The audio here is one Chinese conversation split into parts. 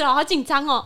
对啊，好紧张哦。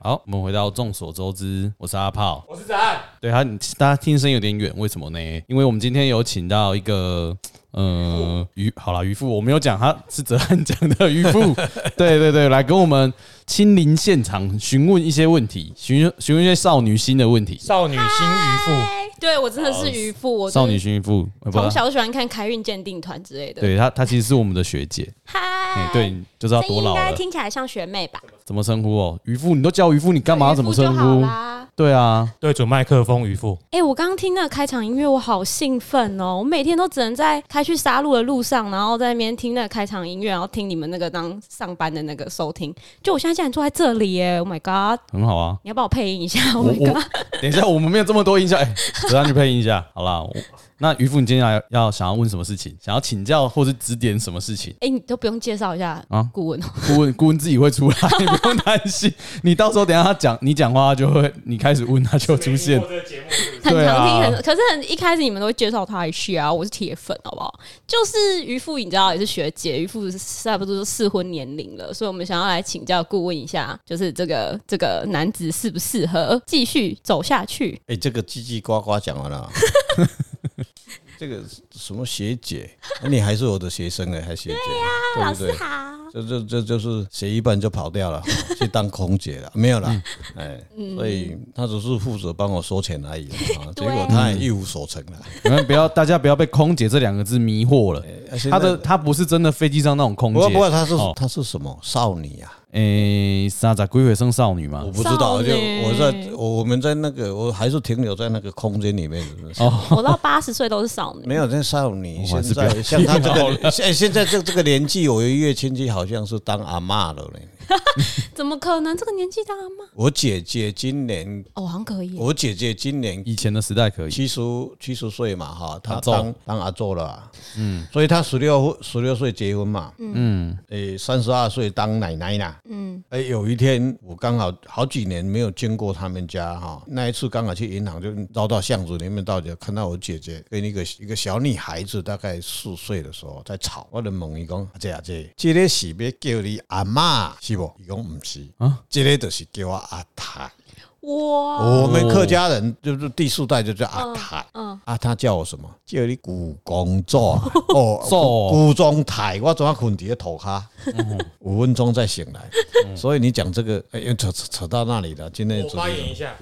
好，我们回到众所周知，我是阿炮。我是子涵，对他，你大家听声有点远，为什么呢？因为我们今天有请到一个。呃，渔好啦，渔夫，我没有讲他是泽汉讲的渔夫，对对对，来跟我们亲临现场询问一些问题，询询问一些少女心的问题。少女心渔嗨对我真的是渔夫，我哦少女心渔夫，呃不从小就喜欢看开运鉴定团之类的。对他，他其实是我们的学姐，嗨哎，，对，，你就知道声音多应老该了。听起来像学妹吧？怎么称呼哦？渔夫，你都叫渔夫，你干嘛要怎么称渔夫就好呼？啦。对啊，夫，对准麦克风渔夫，哎、我刚刚听那个开场音乐，我好兴奋哦！我每天都只能在开去杀戮的路上，然后在那边听那个开场音乐，然后听你们那个当上班的那个收听。就我现在竟然坐在这里耶！Oh my god！很好啊。你要帮我配音一下我？Oh my 我 god！等一下，我们没有这么多音效，哎、只让去配音一下， 好啦。我那渔夫，你今天来要想要问什么事情？想要请教或是指点什么事情？哎、你都不用介绍一下啊顾问哦。顾问顾 问自己会出来，你不用担心。你到时候等一下他讲 你讲话，他就会你开始问他就 出现。很对常啊听，很可是很一开始你们都会介绍他一下啊，我是铁粉，好不好？就是渔夫，你知道也是学姐，渔夫差不多都适婚年龄了，所以我们想要来请教顾问一下，就是这个这个男子适不适合继续走下去？哎、这个叽叽呱呱讲完了啊， 这个什么学姐，那你还是我的学生哎、还学姐，对不对？好，这这这就是学一半就跑掉了， 去当空姐了，没有啦，哎，所以他只是负责帮我收钱而已啊，结嗯对果他也一无所成了。你们不要，大家不要被“空姐”这两个字迷惑了。哎现在他的他不是真的飞机上那种空不过不过姐，他是哦他是什么少女啊？诶，三十几岁生少女嘛我。不知道，少就女我在我我们在那个我还是停留在那个空间里面，是不是？我到八十岁都是少女，没有，那少女我还现是不在要像她这个现现在这这个年纪，我有一位亲戚好像是当阿嬷了嘞。怎么可能？这个年纪大吗？我姐姐今年，哦，好像可以耶，我姐姐今年以前的时代可以，七十七十岁嘛，哈，她阿祖当当阿祖了啊，嗯，所以她十六十六岁结婚嘛，嗯，诶，三十二岁当奶奶啦，嗯，诶，有一天我刚好好几年没有经过他们家哈，那一次刚好去银行就绕到巷子里面到家，看到我姐姐跟一个一个小女孩子大概四岁的时候在吵，我就问伊讲，阿姐阿姐，这个是要叫你阿嬷是不？伊讲唔是，啊，这个就是叫我阿太。哇，我们客家人就是第四代就叫阿泰，嗯阿泰叫我什么？叫你古公座，哦，祖，古中台，我怎么困在头下，五分钟再醒来。所以你讲这个，哎，又扯扯扯到那里了。今天的我主发言题一下。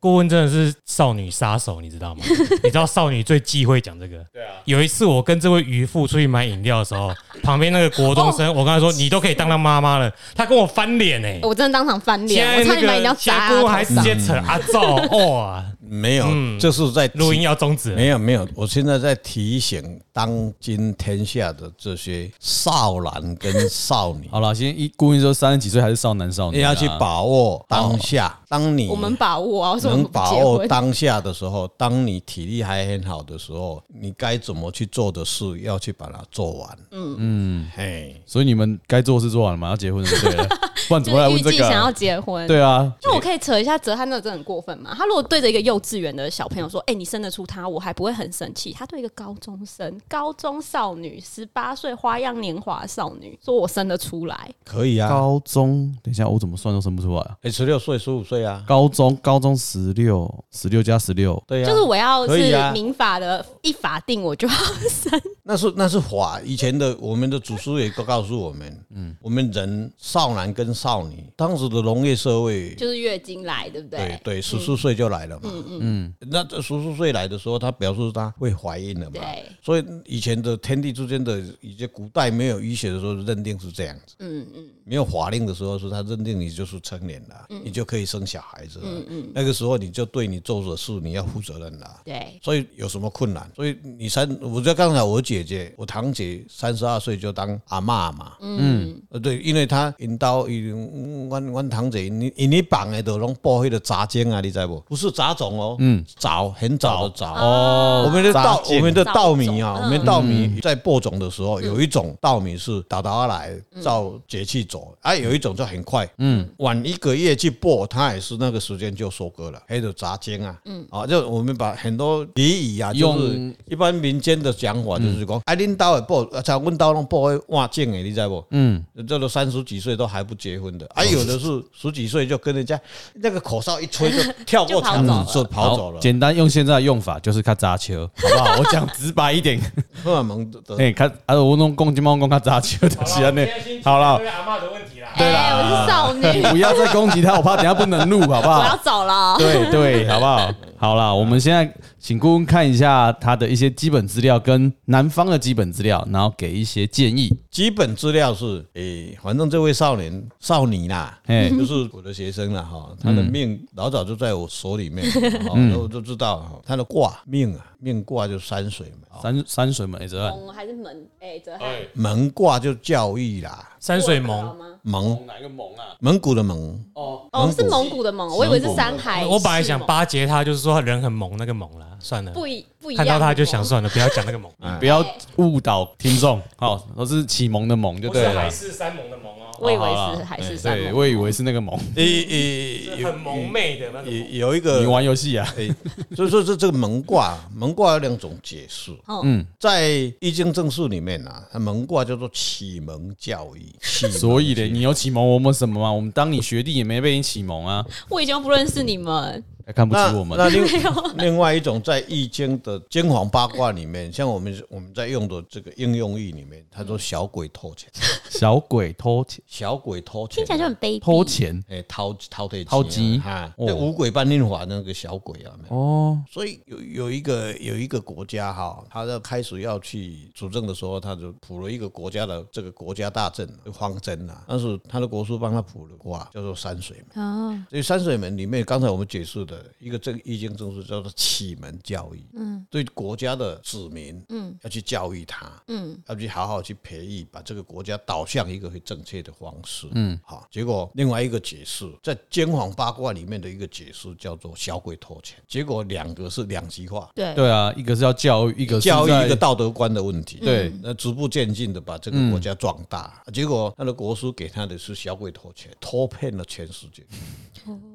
顾问真的是少女杀手，你 知道吗？你知道少女最忌讳讲这个。对啊。有一次我跟这位渔夫出去买饮料的 时候，旁边那个国中生，我跟他说：“你都可以当他妈妈了。”他跟我翻脸哎。哦我真的当场翻现脸，在我差那点把你要个现砸在啊顾问头还直上接扯 阿赵哇，没有，这是在嗯提录音要终止了。没有没有，我现在在提醒当今天下的这些少男跟少女哦好了，现在一顾问说三十几岁还是少男少你女啊，哎要去把握当下。当你我们把握啊，我说我能们不把结握婚，当下的时候，当你体力还很好的时候，你该怎么去做的事，要去把它做完。嗯嗯，嘿，所以你们该做的事做完了嘛，要结婚 了，对了，不然就怎么来是问预这计个想要啊？结婚，对啊，那我可以扯一下哲翰，那个真的很过分嘛？他如果对着一个幼稚园的小朋友说：“哎、你生得出他，我还不会很生气。”他对一个高中生、高中少女、十八岁花样年华少女说：“我生得出来。可以啊。高中，等一下我怎么算都算不出来啊。哎，十六岁、十五岁啊，高中，高中十六，十六加十六，对啊呀、就是我要可以是啊民法的一法定，我就要 生。那是那是法，以前的我们的祖师也告告诉我们，嗯，我们人少男跟少女，当时的农业社会，就是月经来，对不对？对对，十四岁就来了嘛，嗯嗯，那这十四岁来的时候，她表示她会怀孕了嘛，对所以以前的天地之间的，以及古代没有医学的时候，认定是这样子。嗯嗯，没有法令的时候，是他认定你就是成年了，你就可以生小孩子了。嗯嗯，那个时候你就对你做的事你要负责任了。对所以有什么困难？所以你三，我就刚才我姐呃姐，我堂姐三十二岁就当阿嬷嘛，嗯，对，因为她引到一因阮阮堂姐，因因迄放的都拢播迄个杂种啊，你知无？不是杂种哦，嗯，早很早的早哦。我们的稻，我们的稻米啊，我们稻米在播种的时候，有一种稻米是打打来照节气走，啊，有一种就很快，嗯，晚一个月去播，它也是那个时间就收割了，还有杂种啊，嗯，啊，就我们把很多俚语啊，就是用一般民间的讲法就是讲，啊，恁兜的报，啊，像阮兜拢报迄换证的，你知无？嗯，这都三十几岁都还不结婚的，啊，有的是十几岁就跟人家那个口哨一吹就跳过墙就跑子走就跑好走了。简单用现在的用法就是卡扎球，好不好？我讲直白一点，荷尔蒙的的 哎，卡啊，我弄公鸡猫公卡扎球的西安呢。啊好了，阿妈的问题啦。对啦，我是少 女，不要再攻击他，我怕等下不能录，好不我好要？ 走了。对对，好不好？好啦，我们现在请顾问看一下他的一些基本资料跟男方的基本资料，然后给一些建议。基本资料是，诶、反正这位少年少女啦，哎，就是我的学生了哈，他的命老早就在我手里 面，哈，嗯我就知道哈，他的卦命啊，命卦就山水嘛，山山水哎 美泽岸，红还是门？哎，泽汉蒙卦就教育哦啦，山水好盟，吗？蒙哪个蒙啊？蒙古的蒙，哦，蒙古是蒙古的蒙，我以为是山海。我本来想是蒙巴结他，就是说人很萌那个萌啦，算了，不一不一样看的到蒙，他就想算了，不要讲那个萌，不要误导听众，好，都是启蒙的蒙就对了。誓山盟的萌哦，我以好啦为是海哎誓山对盟。我以为是那个蒙。诶哦诶，有萌妹的那有有一你个，玩游戏啊？诶，所以说这这个蒙卦， 蒙卦有两种解释，哦嗯，在《易经正术》里面啊，它蒙卦叫做启蒙教育，启蒙所以嘞，你有启蒙我们什么吗？我们当你学弟也没被你启蒙啊，哎我已经不认识你们，看不那起我们。那另 另外一种在易经的金黄八卦里面，像我们我们在用的这个应用义里面，他说小鬼偷钱，小鬼偷钱， 小鬼偷钱，啊听起来就很卑鄙。偷钱哎掏掏的偷钱哈，哦那五鬼搬运法那个小鬼啊，没有哦，所以有有一个有一个国家哈，他在开始要去主政的时候，他就谱了一个国家的这个国家大政方针啊，但是他的国书帮他谱了卦，叫做山水门。哦，所以山水门里面，刚才我们解释的一个这个易经正书叫做启蒙教育，嗯，对国家的子民，嗯，要去教育他，嗯，要去好好去培育，把这个国家导向一个很正确的方式，嗯，好。结果另外一个解释，在奸谎八卦里面的一个解释叫做小鬼偷钱，结果两个是两极化，对，对啊，一个是要教育，一个是教育在一个道德观的问题，嗯对嗯那逐步渐进的把这个国家壮大，结果他的国书给他的是小鬼偷钱，偷骗了全世界。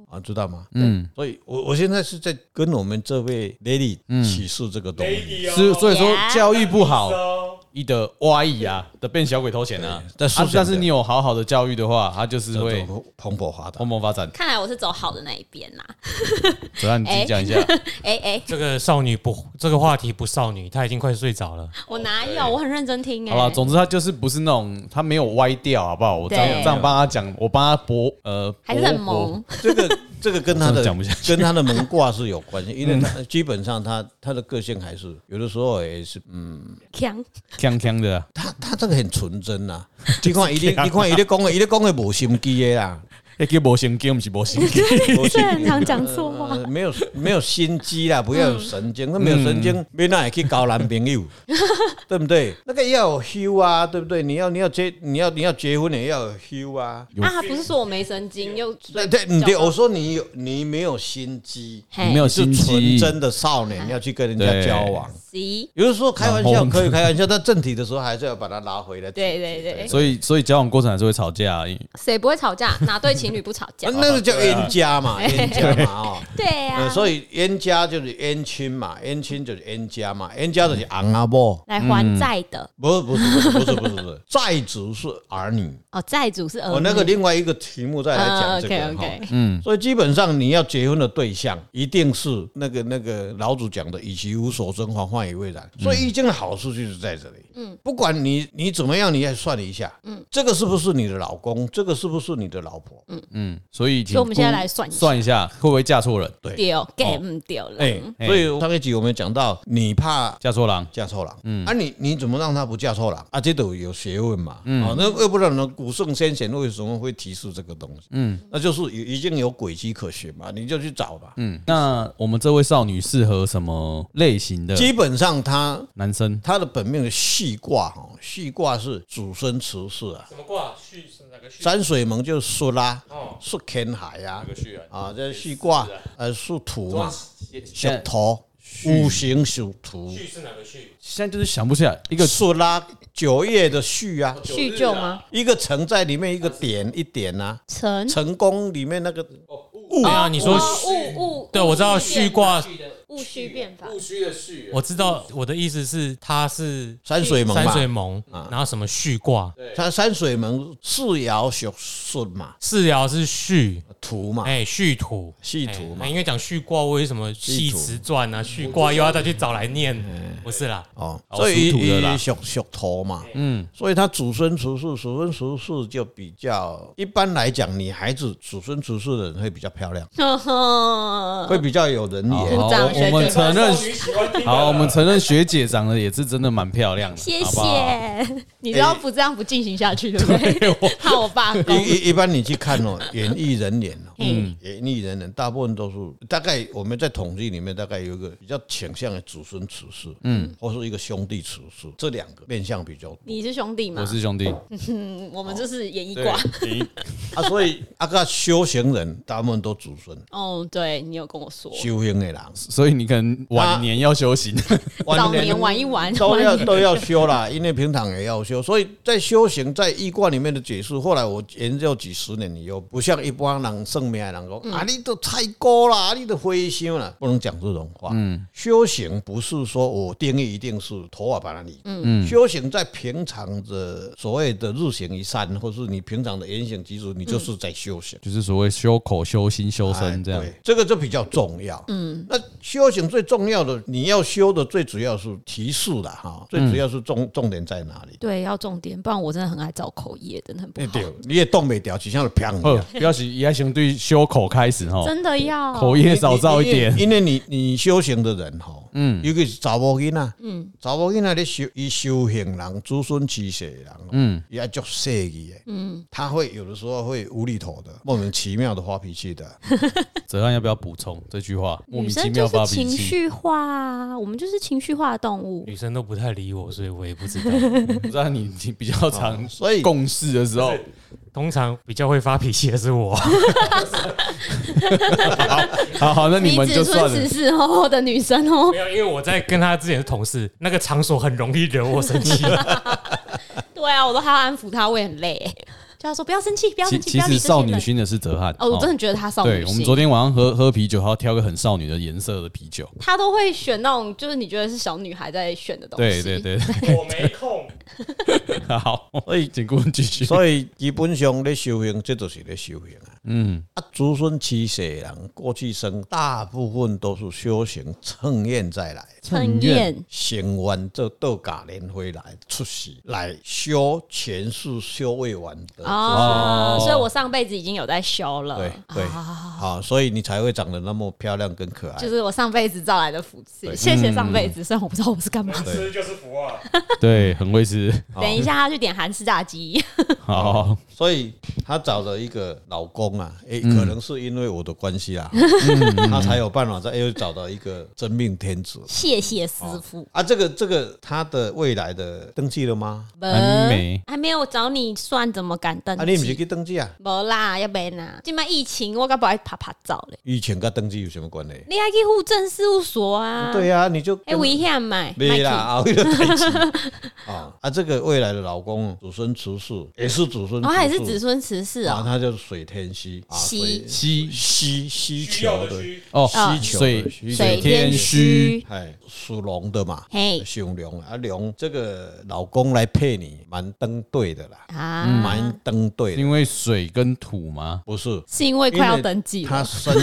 啊，知道吗？嗯，所以我我现在是在跟我们这位 lady 嗯启示这个东西，是所以说哎 Yeah 教育不好，一的挖意啊，的变小鬼偷钱啊。对但是啊但是你有好好的教育的话，他就是叫做会蓬勃发蓬达。勃发展。看来我是走好的那一边啦。泽安，你自己讲一下，哎哎，这个少女不，这个话题不少女，她已经快睡着了。我哪哦有？我很认真听好吧？哎。总之他就是不是那种他没有歪掉，好不好？我这样对这样帮他讲，我帮他驳呃，还是很驳驳萌，这个这个跟他我真的 的讲不下嗯跟他的门挂是有 关系，因为他基本上他他的个性还是有的时候也是嗯强锵锵的啊。他他这个很纯真啊 呐、你看伊咧，你看伊咧讲的，伊咧讲的无心机的啦，那叫哎无神经，不是无神 经。是很常讲错话。呃没有没有心机啦，不要嗯有神经，那没有神嗯经，没那也去交男 朋友，对不对？那个要有休啊，对不对？你要你要结你要你要结婚也 要有休啊。啊，他不是说我没神经，又对对，你对我说你有你没有心机，嘿没有是心纯机，真的少年，要去跟人家对交往。急，有的时候开玩笑然后可以开玩笑，但正题的时候还是要把它拉回来。对对对，所以所以交往过程还是会吵架啊。谁不会吵架？哪对情侣不吵架 啊？那个叫冤家嘛，冤家嘛哦。对啊呃，呀，所以冤家就是冤亲嘛，冤亲就是冤家嘛，冤家就是昂阿婆，来还债的不是不是不是不是不是不 是，债主是儿女。哦，债主是儿女。我那个另外一个题目再来嗯讲这，OK 个哦哈。嗯 OK，所以基本上你要结婚的对象一定是那个那个老祖讲的“以其无所生，还患以未然”。所以易经的好处就是在这里。嗯，不管你你怎么样，你也算一下，嗯，这个是不是你的老公？这个是不是你的老婆？嗯，所以请所以我们现在顾来算一下哦算一下，会不会嫁错人？对丢 game 丢嗯了，哎，所以上一集我们讲到，你怕嫁错郎，嫁错郎，嗯，啊你你怎么让他不嫁错郎啊？这都有学问嘛，嗯，啊，那要不然呢？古圣先贤为什么会提示这个东西？嗯，那就是有已经有轨迹可循嘛，你就去找吧。嗯，那我们这位少女适合什么类型的基本上他男生？他的本命的系卦哈，系卦是祖孙持世啊，什么卦？续是那山水门就树啦，树天海呀，啊，哦这树挂呃树土嘛，现石在头五行属土，是哪个序？现在就是想不起来一一个个树啦，九月的序啊，叙旧吗？一个城在里面，一个点一点啊，成成功里面那个对啊，你说哦物物，对我知道物虚序挂变法物虚变法，虚的虚，我知道我的意思是，它是山水门山嘛，水盟，啊然后什么序卦，它山水门四爻属顺嘛，四爻是序，土啊嘛，哎，序土，系土嘛哎，因为讲序卦，为什么系辞传啊？序卦又要再去找来念，不是啦，哦，哎哦所以属土的啦以属属土嘛，嗯，所以他祖孙厨氏，祖孙厨氏就比较一般来讲，你孩子祖孙厨氏的人会比较漂 亮，啊会比较有人哦好，缘。鼓掌我我们学姐承认，好，我们承认学姐长得也是真的蛮漂亮的，谢好不好谢。你知哎道不这样不进行下去，对不 对？怕我罢一工。一一般你去看哦， 演艺人员哦，嗯演艺人员大部分都是大概我们在统计里面大概有一个比较倾向的祖孙厨氏，嗯，或是一个兄弟厨氏，这两个面相比较多。你是兄弟吗我？是哦兄弟，嗯，我们就是演艺挂。啊，所以啊个修行人大部分都祖孙哦，对你有跟我说，修行的人，所以你可能晚年要修行，早年玩一玩，都要晚年都要修啦，因为平常也要修，所以在修行在易观里面的解释，后来我研究几十年以后，不像一般人圣命的人讲、嗯啊，你都太高啦，啊你都灰心啦，不能讲这种话。嗯，修行不是说我定义一定是头发把它理，嗯，修行在平常的所谓的日行一善，或是你平常的言行举止，你就是在修行。就是所谓修口、修心、修哎身这样对。这个就比较重要。嗯，那修行最重要的，你要修的最主要是提示了哈，最主要是嗯重、重点在哪里？对要重点，不然我真的很爱造口业，真的很不哎好对，，你也动不掉，就啊像砰一哦样。，不要是也先对修口 开始哈，真的哦要哦口业少造一点。因为因为你你修行的人哈，嗯，尤其是查某囡仔，嗯，查某囡仔咧修，伊修行人、子孙七世的人，嗯，也足细意的，嗯，他会有的时候会无厘头的、莫名其妙的发脾气 的，泽安要不要补充这句话？莫女名其生妙就发是脾情气，绪化啊，我们就是情绪化的动物。女生都不太理我，所以我也不知道。 不知道你你比较常所以共事的时候，通常比较会发脾气的是我，好好，那你们就只算孙了子。是厚厚的女生哦没，有，因为我在跟他之前的同事，那个场所很容易惹我生 气。对啊，我都还要安抚她，我也很累。就要说不要生气，不要其生气，其不要理实这些少女人。心的是泽汉哦，我真的觉得她少女对心。我们昨天晚上喝喝啤酒，还要挑个很少女的颜色的啤酒。她都会选那种就是你觉得是小女孩在选的东西。对对对，我没空，好，所以请顾问继 续。所以基本上咧修行，这就是咧修行啊。嗯，啊，子孙七世的人过去生，大部分都是修行乘愿再来，很厌，行完这道家莲回来出世来修前世修未完的。哦哦，所以我上辈子已经有在修了。对对，哦好，所以你才会长得那么漂亮跟可爱就。是我上辈子造来的福气，谢谢上辈子。虽然我不知道我是干嘛的。嗯对，就是福啊。对，很会吃。 等一下，他去点韩式炸鸡。好，所以她找了一个老公啊，诶，可能是因为我的关系啊，她才有办法再又找到一个真命天子。 谢谢师 傅。啊，这个这个他的未来的登记了吗？还没还没有找你算，怎么敢登啊，你不是记？去登记啊？无啦，要没啦。今麦疫情，我该不爱拍拍照嘞。疫情跟登记有什么关系？你还去户政事务所啊？对呀、啊，你就哎，危险买。没啦别去。啊，为了登记 啊啊，这个未来的老公祖孙慈氏也是祖孙，哦，他也是子孙慈氏啊，哦。他就是水天虚啊，虚水西虚需求的，哦，啊需求水的需水天虚，哎，属龙的嘛，嘿属龙啊，龙这个老公来配你，蛮登对的啦，啊，蛮登对的，因为水跟土吗？不是是因为 快要登记他了。生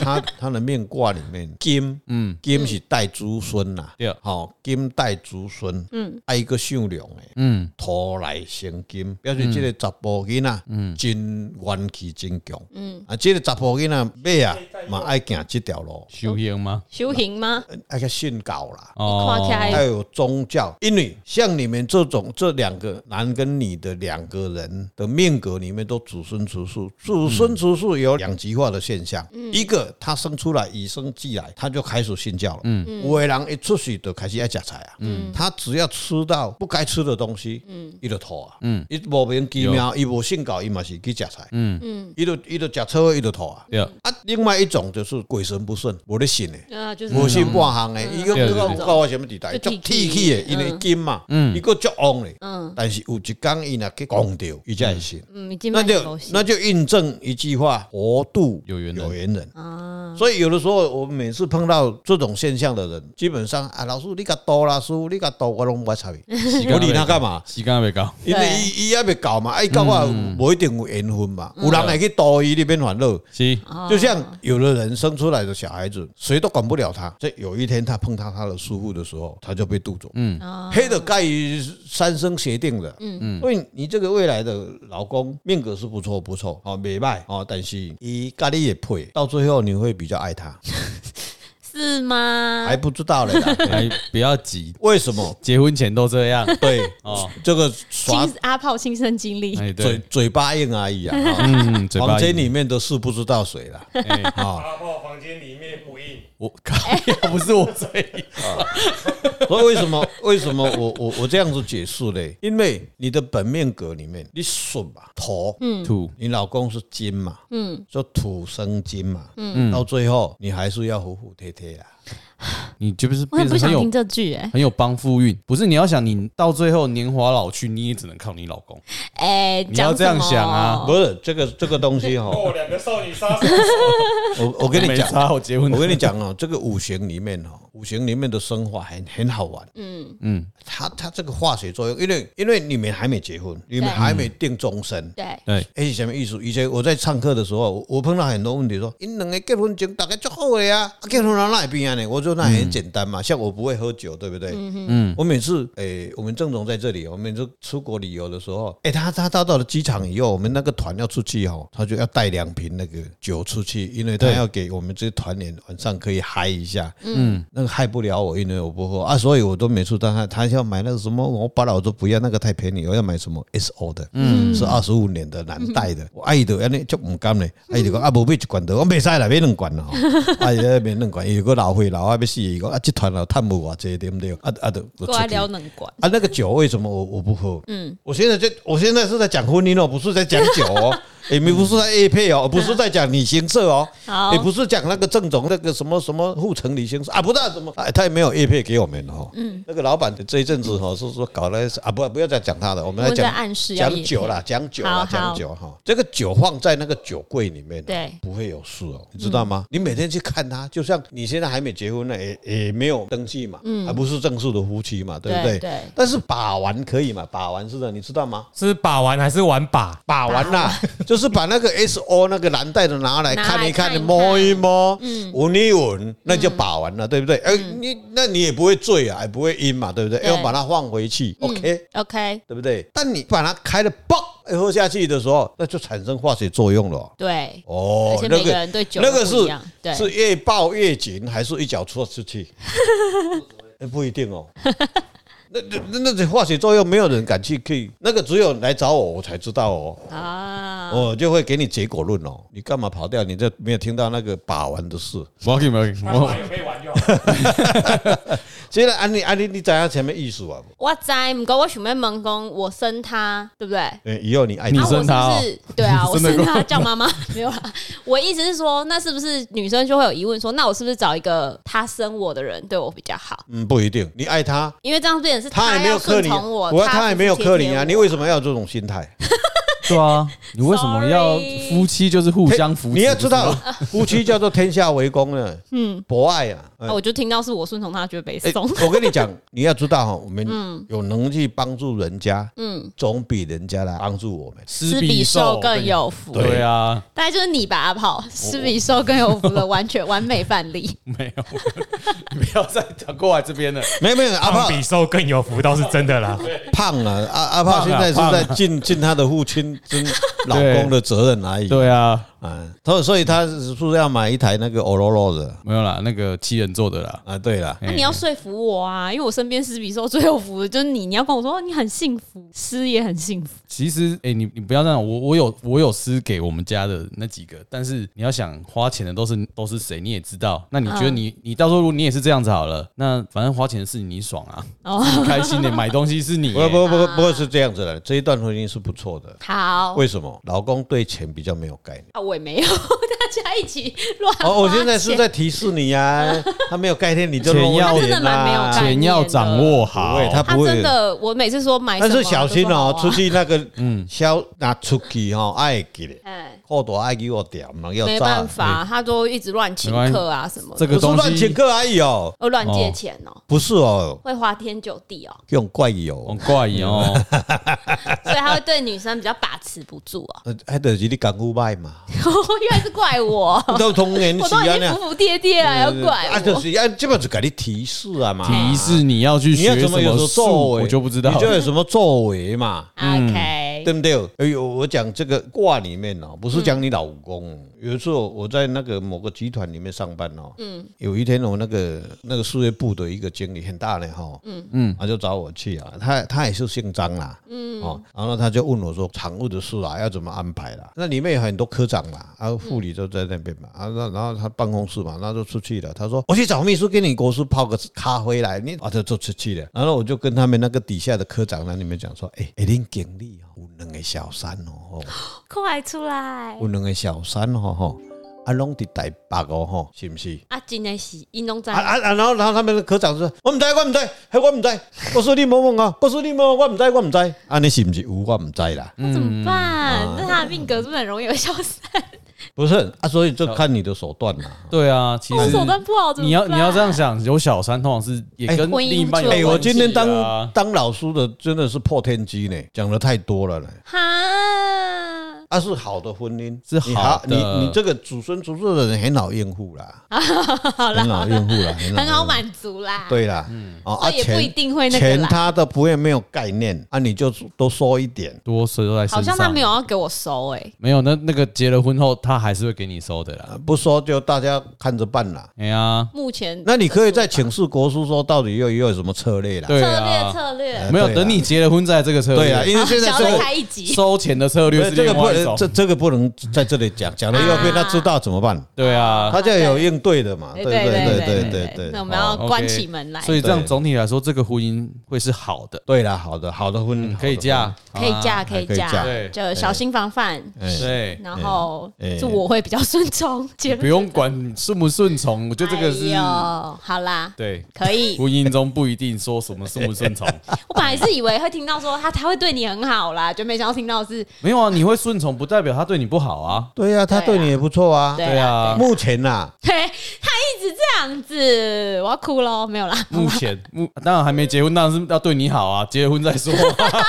他他的命卦里面金，嗯，金是带子孙呐，对好、金带子孙，嗯，爱个姓梁诶，嗯，土来生金，表示这个十甫囡仔，嗯，真元气真强，嗯，啊，这个十甫囡仔马啊，嘛爱行这条路，修行吗？修行吗？爱个信教啦。你看起来要有宗教，因为像你们这种这两个男跟女的两个人的命格里面都祖孙出数，祖孙出数有两极化的现象，一个他生出来以生俱来，他就开始信教了，嗯，有的人一出世就开始爱吃菜啊，嗯，他只要吃到不该吃吃的东西，嗯，伊就吐啊，嗯，伊莫名其妙，伊无性格，伊嘛是去食菜，嗯嗯，伊就伊就食错，伊就吐啊。对，啊，另外一种就是鬼神不顺，无咧信诶。啊，就是无信半项诶，伊个嗯对对你对讲有到什么地带，嗯就足铁铁气诶，气因为嗯金嘛，伊个足旺诶，但是有一天伊若去讲着，伊才会信。嗯，已经那蛮就熟悉那就印证一句话：活渡有缘人有缘人。啊，所以有的时候，我们每次碰到这种现象的人，基本上啊，老师你个多啦，师傅你个多，我拢 不睬你，我理他干嘛？时间未够，因为伊伊也未搞嘛，伊搞我嗯无一定有缘分嘛，嗯有人会去多伊那边烦恼。是就像有的人生出来的小孩子，谁都管不了他。这有一天他碰到他的师傅的时候，他就被渡走。嗯啊黑的盖于三生协定的，嗯嗯，因为你这个未来的老公命格是不错不错，哦，美败哦，但是伊咖喱也配，到最后你会比较爱他，是吗还？不知道嘞啦，还不要急，为什么？结婚前都这样对，哦。这个亲耍阿炮亲身经历，哎，嘴对，嘴巴硬而已啊，哦嗯，嘴巴房间硬里面的事不知道谁了哎啊，打破房间里面不硬， 我靠，不是我嘴硬，所以为什么为什么我我我这样子解释嘞？因为你的本命格里面，你顺嘛头，嗯，土你老公是金嘛，嗯，就土生金嘛，嗯，到最后你还是要服服帖帖啦。你就不是我很变不成想很听有这句哎很有帮夫运，不是你要想你到最后年华老去，你也只能靠你老公，哎，你要讲这样什么想啊不是这个这个东西哈， 哦，两个少女杀手，我我跟你没讲，差，我结婚我跟你讲哦，这个五行里面哦，五行里面的生化很很好玩。嗯嗯，它它这个化学作用，因为因为你们还没结婚，你们对还没定终身。对，对，哎、是什么意思？以前我在上课的时候，我我碰到很多问题说因两个结婚前大家做好的呀、啊，结婚人哪会变啊呢？我说那很简单嗯嘛，像我不会喝酒，对不对？嗯嗯，我每次哎、我们郑总在这里，我们就出国旅游的时候，哎、他他他到了机场以后，我们那个团要出去哦，他就要带两瓶那个酒出去，因为他对要给我们这些团员晚上可以嗨一下。嗯，那个嗨不了我，因为我不喝啊，所以我都每次当他他要买那个什么，我把老都不要那个太便宜，我要买什么 S O 的。嗯是二十五年的蓝带的，我伊就安尼足毋甘咧，啊伊就讲啊无买一罐的，我袂使啦，买两罐啦， 吼，啊伊咧买两罐，伊又个老岁老啊要死，伊讲啊即团啊趁无偌济对毋对？啊啊就就过出来去聊冷管，啊，那个酒为什么我我不喝？嗯，我现在在我现在是在讲婚姻哦，不是在讲酒 哦，也没不是在 A 配哦，不是在讲旅行社哦，好也不是讲那个郑总那个什么什么护城旅行社啊，不知道什么，哎，他也没有 A 配给我们哦。嗯，那个老板这一阵子哈是说搞了啊，不不要再讲他了，我们来我讲们在暗示要讲酒啦，讲酒好啦好，讲酒哈，这个酒放在那个酒柜里面，啊对嗯不会有事哦，你知道吗？你每天去看他，就像你现在还没结婚呢，也也没有登记嘛，还不是正式的夫妻嘛，对不嗯对对？对但是把玩可以嘛？把玩是的，你知道吗？ 是把玩还是玩把？把玩啦、就是把那个 S O 那个蓝带的拿来拿来看看一一看，看摸一摸，闻一闻，那就把玩了，对不对？哎，你那你也不会醉啊，也不会晕嘛，对不对？对要把它放回去，OK， ，OK，对不对？但你把它开了爆，哎喝下去的时候，那就产生化学作用了。对，哦而，且那每个个人对酒那都个不一样对是是越抱越紧，还是一脚戳出去？那不一定哦。那那那那化学作用，没有人敢去去，那个只有来找我，我才知道哦，啊，我哦就会给你结果论哦。你干嘛跑掉？你这没有听到那个把玩的事。不要紧，不要紧，我有被玩就好。现在安利安利，你知道前面意思啊？我知，不过我想要问讲，我生他，对不对？嗯，以后你爱你啊他我生他哦是不是对 啊，我真的生他叫妈妈 没有啦。我意思是说，那是不是女生就会有疑问说，那我是不是找一个他生我的人对我比较好？嗯不一定，你爱他，因为这样变成是他也没有要克顺你，从我，我他也没有克你贴啊，贴你为什么要有这种心态？对啊， 你为什么要 Sorry 夫妻就是互相扶持？你要知道不是吗，夫妻叫做天下为公呢，嗯，博爱啊。我啊我就听到是我顺从他，觉得被哎 送。我跟 你讲，你要知道哈，我们嗯有能力帮助人家，嗯，总比人家来帮助我们。施比受更有福，对啊，大概就是你吧，阿炮，施比受更有福的完全完美范 例。没有，你不要再讲过来这边了。没有没有，阿胖炮比瘦更有福倒是真的啦。胖了，阿阿炮现在是胖啊在尽尽他的父亲跟老公的责任而 已。对啊，啊，所以所以他是不是要买一台那个欧罗罗的没有啦，那个七人座的啦。啊？对哎了，那你要说服我啊，因为我身边施比受最有福的就是你，你要跟我说哦你很幸福，诗也很幸福，其实，哎、你你不要这样，我我有我有私给我们家的那几个，但是你要想花钱的都是都是谁，你也知道。那你觉嗯得你、你到时候如果你也是这样子好了，那反正花钱的事你爽啊，哦你开心的、买东西是你、不不不不过是这样子的，这一段婚姻是不错的。好为什么？老公对钱比较没有概念。啊，我也没有， 大家一起乱花钱。哦，我现在是在提示你呀，他没有概念，你就钱弄要我他真脸啊的蛮没有啦概念钱要掌握不好。会，他他不真会。的，我每次说买什但么，是小心他，哦都说出。去那个嗯，销拿出去哦，爱给的，哎，货多爱给我点嘛，要没炸办，法，他都一直乱请客啊什么的，这不个是东乱请西客而已哦，哦乱借钱哦，不是哦，会花天酒地 哦，用怪很油，怪异哦，所以他会对女生比较把持不住哦。 呃，还得是你港股卖嘛，原来是怪 我，都同年我纪都啊已经那服服帖帖了，还要怪啊，就我。是啊，基本是给你提示啊嘛，提示你要去你要学怎什么有所术，作为，我就不知道你就。有什么作为嘛， OK，对不对？哎呦，我讲这个卦里面哦，不是讲你老公。哦有一次我在那个某个集团里面上班哦，嗯，有一天我那个那个事业部的一个经理很大的哈、嗯嗯，他就找我去啊，他他也是姓张啦，嗯哦，然后他就问我说常务的事啊要怎么安排啦？那里面有很多科长嘛，啊副理都在那边嘛，啊那然后他办公室嘛，那就出去了。他说我去找秘书给你国师泡个咖啡来，你啊就就出去了。然后我就跟他们那个底下的科长那里面讲说，哎、欸，恁经理哦，有两个小三哦，哦快出来有！两个小三哦吼，啊拢伫台北哦吼，是不是？啊，真的是因拢在啊啊啊！然后然后他们的科长说：“我唔知，我唔知，嘿，我唔知，我说你某某啊，我说你某某，我唔知，我唔知。”啊，你是不是有？我唔知啦，那怎么嗯办？那他的命格是不是很容易有消 散？不是啊，所以就看你的手段 啦。对啊，其我实手段不好，怎么你要办你要这样想，有小三通常是也哎跟婚姻另一半就有关哎、系有啊。我今天当当老师的真的是破天机呢，讲的太多了呢。哈，啊，是好的婚姻，是好的你你你这个祖孙祖孙的人很好应付啦，好啦很，好应付 啦，很好应付。满足啦。，嗯对啦，嗯，哦，所啊以也不一钱定会那个钱啦。他都不会没有概念，啊，你就多说一点。多收在身上，好像他没有要给我收哎，没有，那那个结了婚后，他还是会给你收的啦。啊不说就大家看着办啦。哎呀，目前那你可以再请示国书说，到底又又有什么策略啦？对策略啊，策略，略没有对啊等你结了婚再这个策略。对啊，因为好现在想这要再个开一集。收钱的策略对是这个另不外一能种。这这个不能在这里讲，讲了又啊被他知道怎么办？对啊，他就有应对的嘛。对对哎对对对对对对对。那我们要哦 OK 关起门来所以这样对总体来说，这个婚姻会是好的，对啦，好的好的婚姻嗯可以嫁，， 可以嫁，可以啊可以嫁嫁，对就小心防范。好的婚姻哎对，然后哎就我会比较顺从，结不论用管顺不顺从，我觉得这个是哎呦好啦，对。可 以。婚姻中不一定说什么顺不顺从， 我本来是以为会听到说他才会对你很好啦，就没想到听到是 没有啊，你会顺从不代表他对你不好啊。对呀，他对你也不错啊。对对啊，目前呐，对他一直这样子，我要哭喽，没有啦，嗯目前目当然还没结婚，当然是要对你好啊，结了婚再 说啊、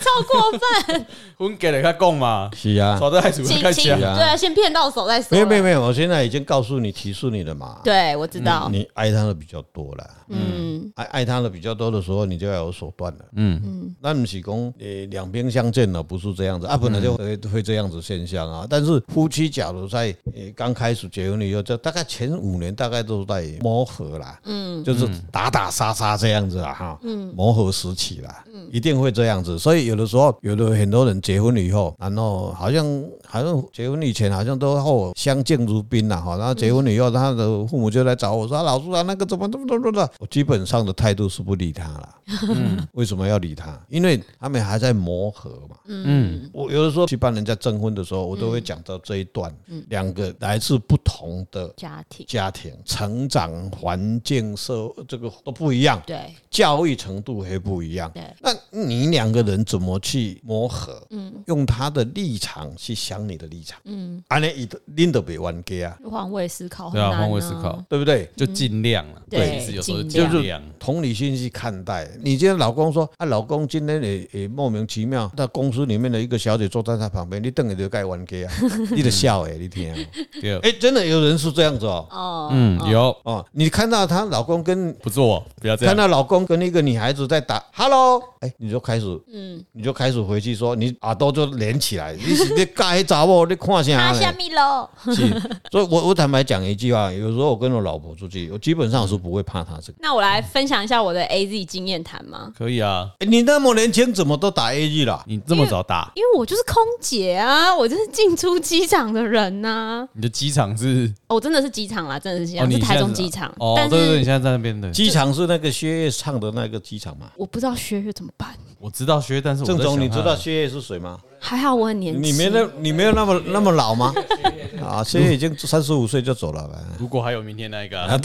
超过 分，婚给了他供嘛，是啊，耍得太主亲开亲心对啊。啊，先骗到手再说，没有没有，没有，我现在已经告诉你提示你了嘛。对我知道，你爱他的比较多了，嗯，爱爱他的比较多的时候，你就要有手段了。嗯嗯，那不是讲呃两兵相见了，不是这样子啊，本来就会会这样子现象啊。但是夫妻假如在呃刚开始结婚以后，这大概前五年大概都在磨合啦，嗯，就是打打杀杀这样子啊哈，嗯，磨合时期啦，嗯，一定会这样子。所以有的时候，有的很多人结婚以后，然后好像好像结婚以前好像都和我相敬如宾呐哈，然后结婚以后，他的父母就来找我说啊：“老师啊，那个怎么怎么怎么的？”我基本上的态度是不理他了。 为什么要理他？因为他们还在磨合嘛。嗯，我有的时候去帮人家征婚的时候，我都会讲到这一段，两个来自不同的家庭家庭、成长环境、社这个都不一样，对教育程度也不一样对。那你两个人怎么去磨合？嗯，用他的立场去想你的立场。嗯，安尼伊拎得别冤家啊，换位思考很对难、啊，换位思考，对不对？就尽量了。对其实有时候尽量尽量。同理心去看待。你今天老公说啊，老公今天也也莫名其妙，那公司里面的一个小姐坐在他旁边，你 瞪你就该玩 K 啊，你的笑哎，你听。 对，哎，真的有人是这样子哦，哦，嗯，有哦，你看到她老公跟不做，不啊要这样。看到老公跟一个女孩子在打 “hello”，哎、你就开始嗯，你就开始回去说你耳朵就连起来，你是你干迄查某，你看啊啥啊他下呢？面喽，是，所以我我坦白讲一句话，有时候我跟我老婆出去，我基本上是不会怕她这个。那我来分享一下我的 A Z 经验谈吗？可以啊，哎你那么年轻，怎么都打 A G 啦？你这么早打，因为我就是空姐啊，我就是进出机场的人啊呐、你的机场是哦，我真的是机场啦，真的是机哦，场，啊你是现在台中机场。哦，但对对对，你是现在在那边的。机场是那个薛岳唱的那个机场嘛？我不知道薛岳怎么办，我知道薛，但是我在郑总，想啊你他知道薛岳是谁吗？还好我很年轻。你没那你没有那么那么老吗？啊，薛岳已经三十五岁就走了吧？如果还有明天那一个啊，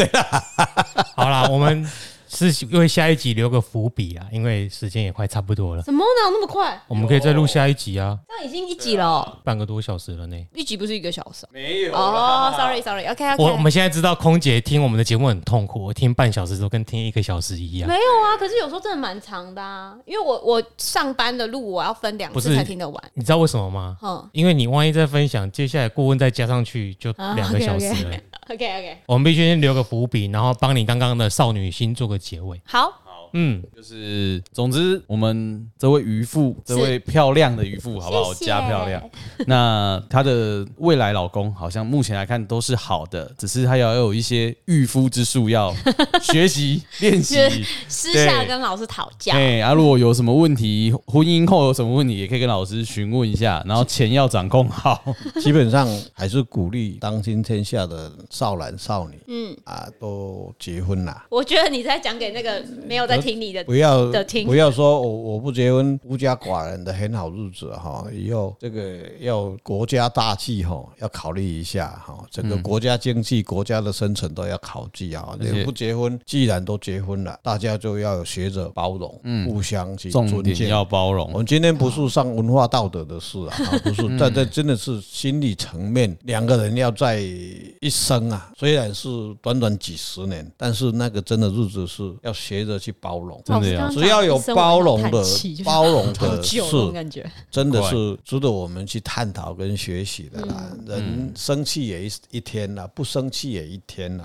好啦，我们是为下一集留个伏笔啊，因为时间也快差不多了，怎么哪有那么快？我们可以再录下一集啊，这样已经一集了哦，半个多小时了呢。一集不是一个小时哦。啊没有哦，sorry sorry，OK 我我 OK。们现在知道空姐听我们的节目很痛苦，我听半小时都跟听一个小时一样没。有啊，可是有时候真的蛮长的啊，因为我我上班的路我要分两不次是才听得完。你知道为什么吗？嗯因为你万一再分享，接下来顾问再加上去就啊两个小时了。 ，OK OK，我们必须先留个伏笔，然后帮你刚刚的少女心做个结 尾。好，嗯，就是，总之，我们这位渔夫，这位漂亮的渔夫，好不好？谢谢加漂亮。那她的未来老公，好像目前来看都是好的，只是她要有一些御夫之术要学习练习。 是私下对跟老师讨价。哎，啊，如果有什么问题，婚姻后有什么问题，也可以跟老师询问一下。然后钱要掌控好， 基本上还是鼓励当今天下的少男少女，嗯啊，都结婚啦，我觉得你在讲给那个嗯没有在听你的不要的听不要说我我不结婚，孤家寡人的很好日子哈，以后这个要国家大计哈，要考虑一下哈，整个国家经济、国家的生存都要考虑啊。而且你不结婚，既然都结婚了，大家就要有学着包容，互相去嗯重尊点敬。要包容嗯我。们今天不是上文化道德 的事啊，啊不是，但这真的是心理层面，两个人要在一生啊，虽然是短短几十年，但是那个真的日子是要学着去包容。真的要老师刚刚只要有包容讲的医生我有点叹气就，是包容好的久事那，种感觉，真的是值得我们去探讨跟学习的啦。人生气也一一天啦，不生气也一天啦。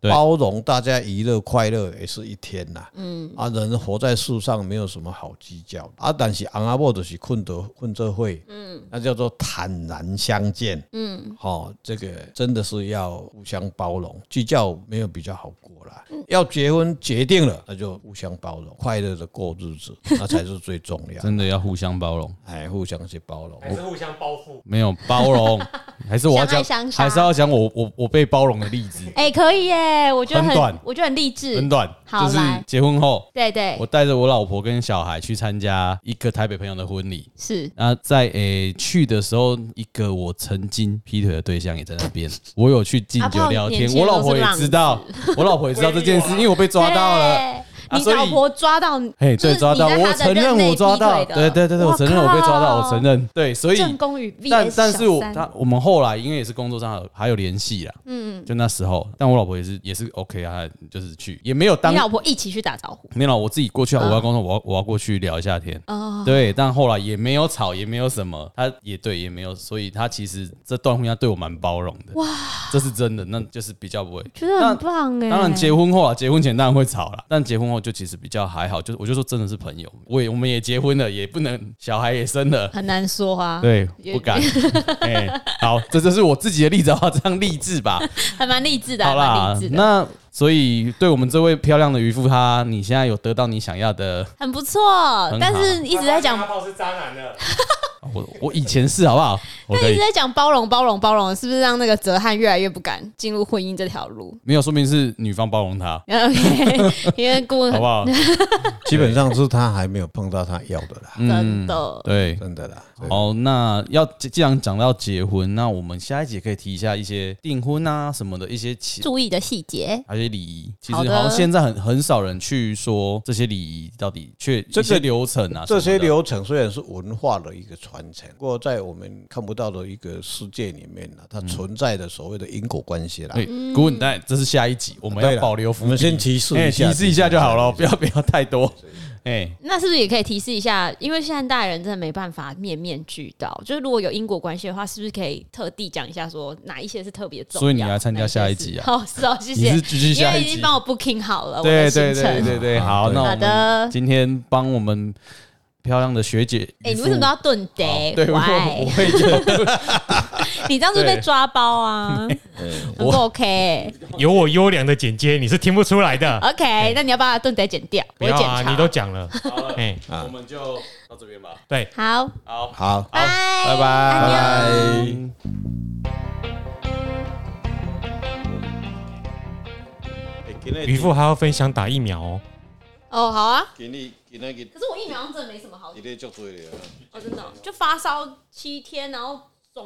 对包容大家娱乐快乐也是一天啦。啊，人活在世上没有什么好计较的啊，但是昂阿伯就是困得困这会，那叫做坦然相见。嗯，好、这个真的是要互相包容，计较没有比较好过啦。要结婚决定了，那就互相包容，快乐的过日子，那才是最重 要。真的要互相包容，哎，互相去包容。是互相包覆。没有包容， 还是我要讲相爱相，杀还是要讲我我我被包容的例子，哎，可以耶，我觉得很短很，我觉得很励志很。短，好就是来结婚后对对我，带着我老婆跟小孩去参加一个台北朋友的婚礼。是那在诶、去的时候，一个我曾经劈腿的对象也在那边，我有去敬酒啊聊天，不然年轻人我老婆也知道，我老婆也知道这件 事，因为我被抓到了。对啊你所以老婆抓到你，嘿，就是对，你抓到，在她我的承任认内我抓劈到，腿对的对对对，哇我承认我被抓到，靠我承认，对，所以正宫与 VS 但但是我小三他我们后来因为也是工作上还有联系啦，嗯，就那时候，但我老婆也是也是 OK 啊，就是去也没有当你老婆一起去打招呼。没有，我自己过去啊，我要工作，我要我要过去聊一下天。嗯哦对，但后来也没有吵，也没有什么，他也对，也没有，所以他其实这段婚姻他对我蛮包容的。哇，这是真的，那就是比较不会。觉得很棒哎、当然，结婚后啊，结婚前当然会吵啦，但结婚后就其实比较还好，就是我就说真的是朋友，我也我们也结婚了，也不能小孩也生 了，很难说啊，对，也 不敢。哎、好，这就是我自己的例子，好，这样励 志吧。还蛮励志的，好还啊蛮啦励志，的，那所以对我们这位漂亮的渔夫他，你现在有得到你想要的？很不错很好。但是一直在讲，炮是渣男的，我我以前是 好不好？我但可一以直在讲包容，包容，包容，是不是让那个泽汉越来越不敢进入婚姻这条路没有，说明是女方包容他， ？OK，因为顾问好很不好？基本上是他还没有碰到他要的啦，真的，对。真的啦。哦，那要既然讲到结婚，那我们下一节可以提一下一些订婚啊什么的一些起，注意的细节。还有一些礼仪。其实好好的像现在很很少人去说这些礼仪到底确这个一些流程啊，这些什么的流程虽然是文化的一个传承。不过在我们看不到的一个世界里面呢，它存在的所谓的因果关系啦。对，嗯古文蛋，这是下一集，我们对要啦保留伏笔。我们先提示一哎下提示一下就好了，不要不要太多。哎，那是不是也可以提示一下？因为现在大人真的没办法面面俱到，就是如果有因果关系的话，是不是可以特地讲一下，说哪一些是特别重要？所以你来参加下一集啊好，是 哦，谢你谢是，继续因下为一已经集。帮我 booking 好了我对的行对对程。对对，啊好，对那好我们的，今天帮我们漂亮的学姐，哎，你为什么都要顿好得？对，我我喂，会觉得 你这样子被对抓包 啊，很不 OK。有我优良的剪接，你是听不出来的。 OK，那你要把顿得剪掉，不呃我会要检啊，你都查。讲 了。哎， 我们就到这边吧。对，好，好，好，拜拜拜哎安妞拜。渔夫还要分享打疫苗哦。哦，好啊。今日今日可是我疫苗好像真的没什么好今日足多了。啊哦，真的哦、就发烧七天，然后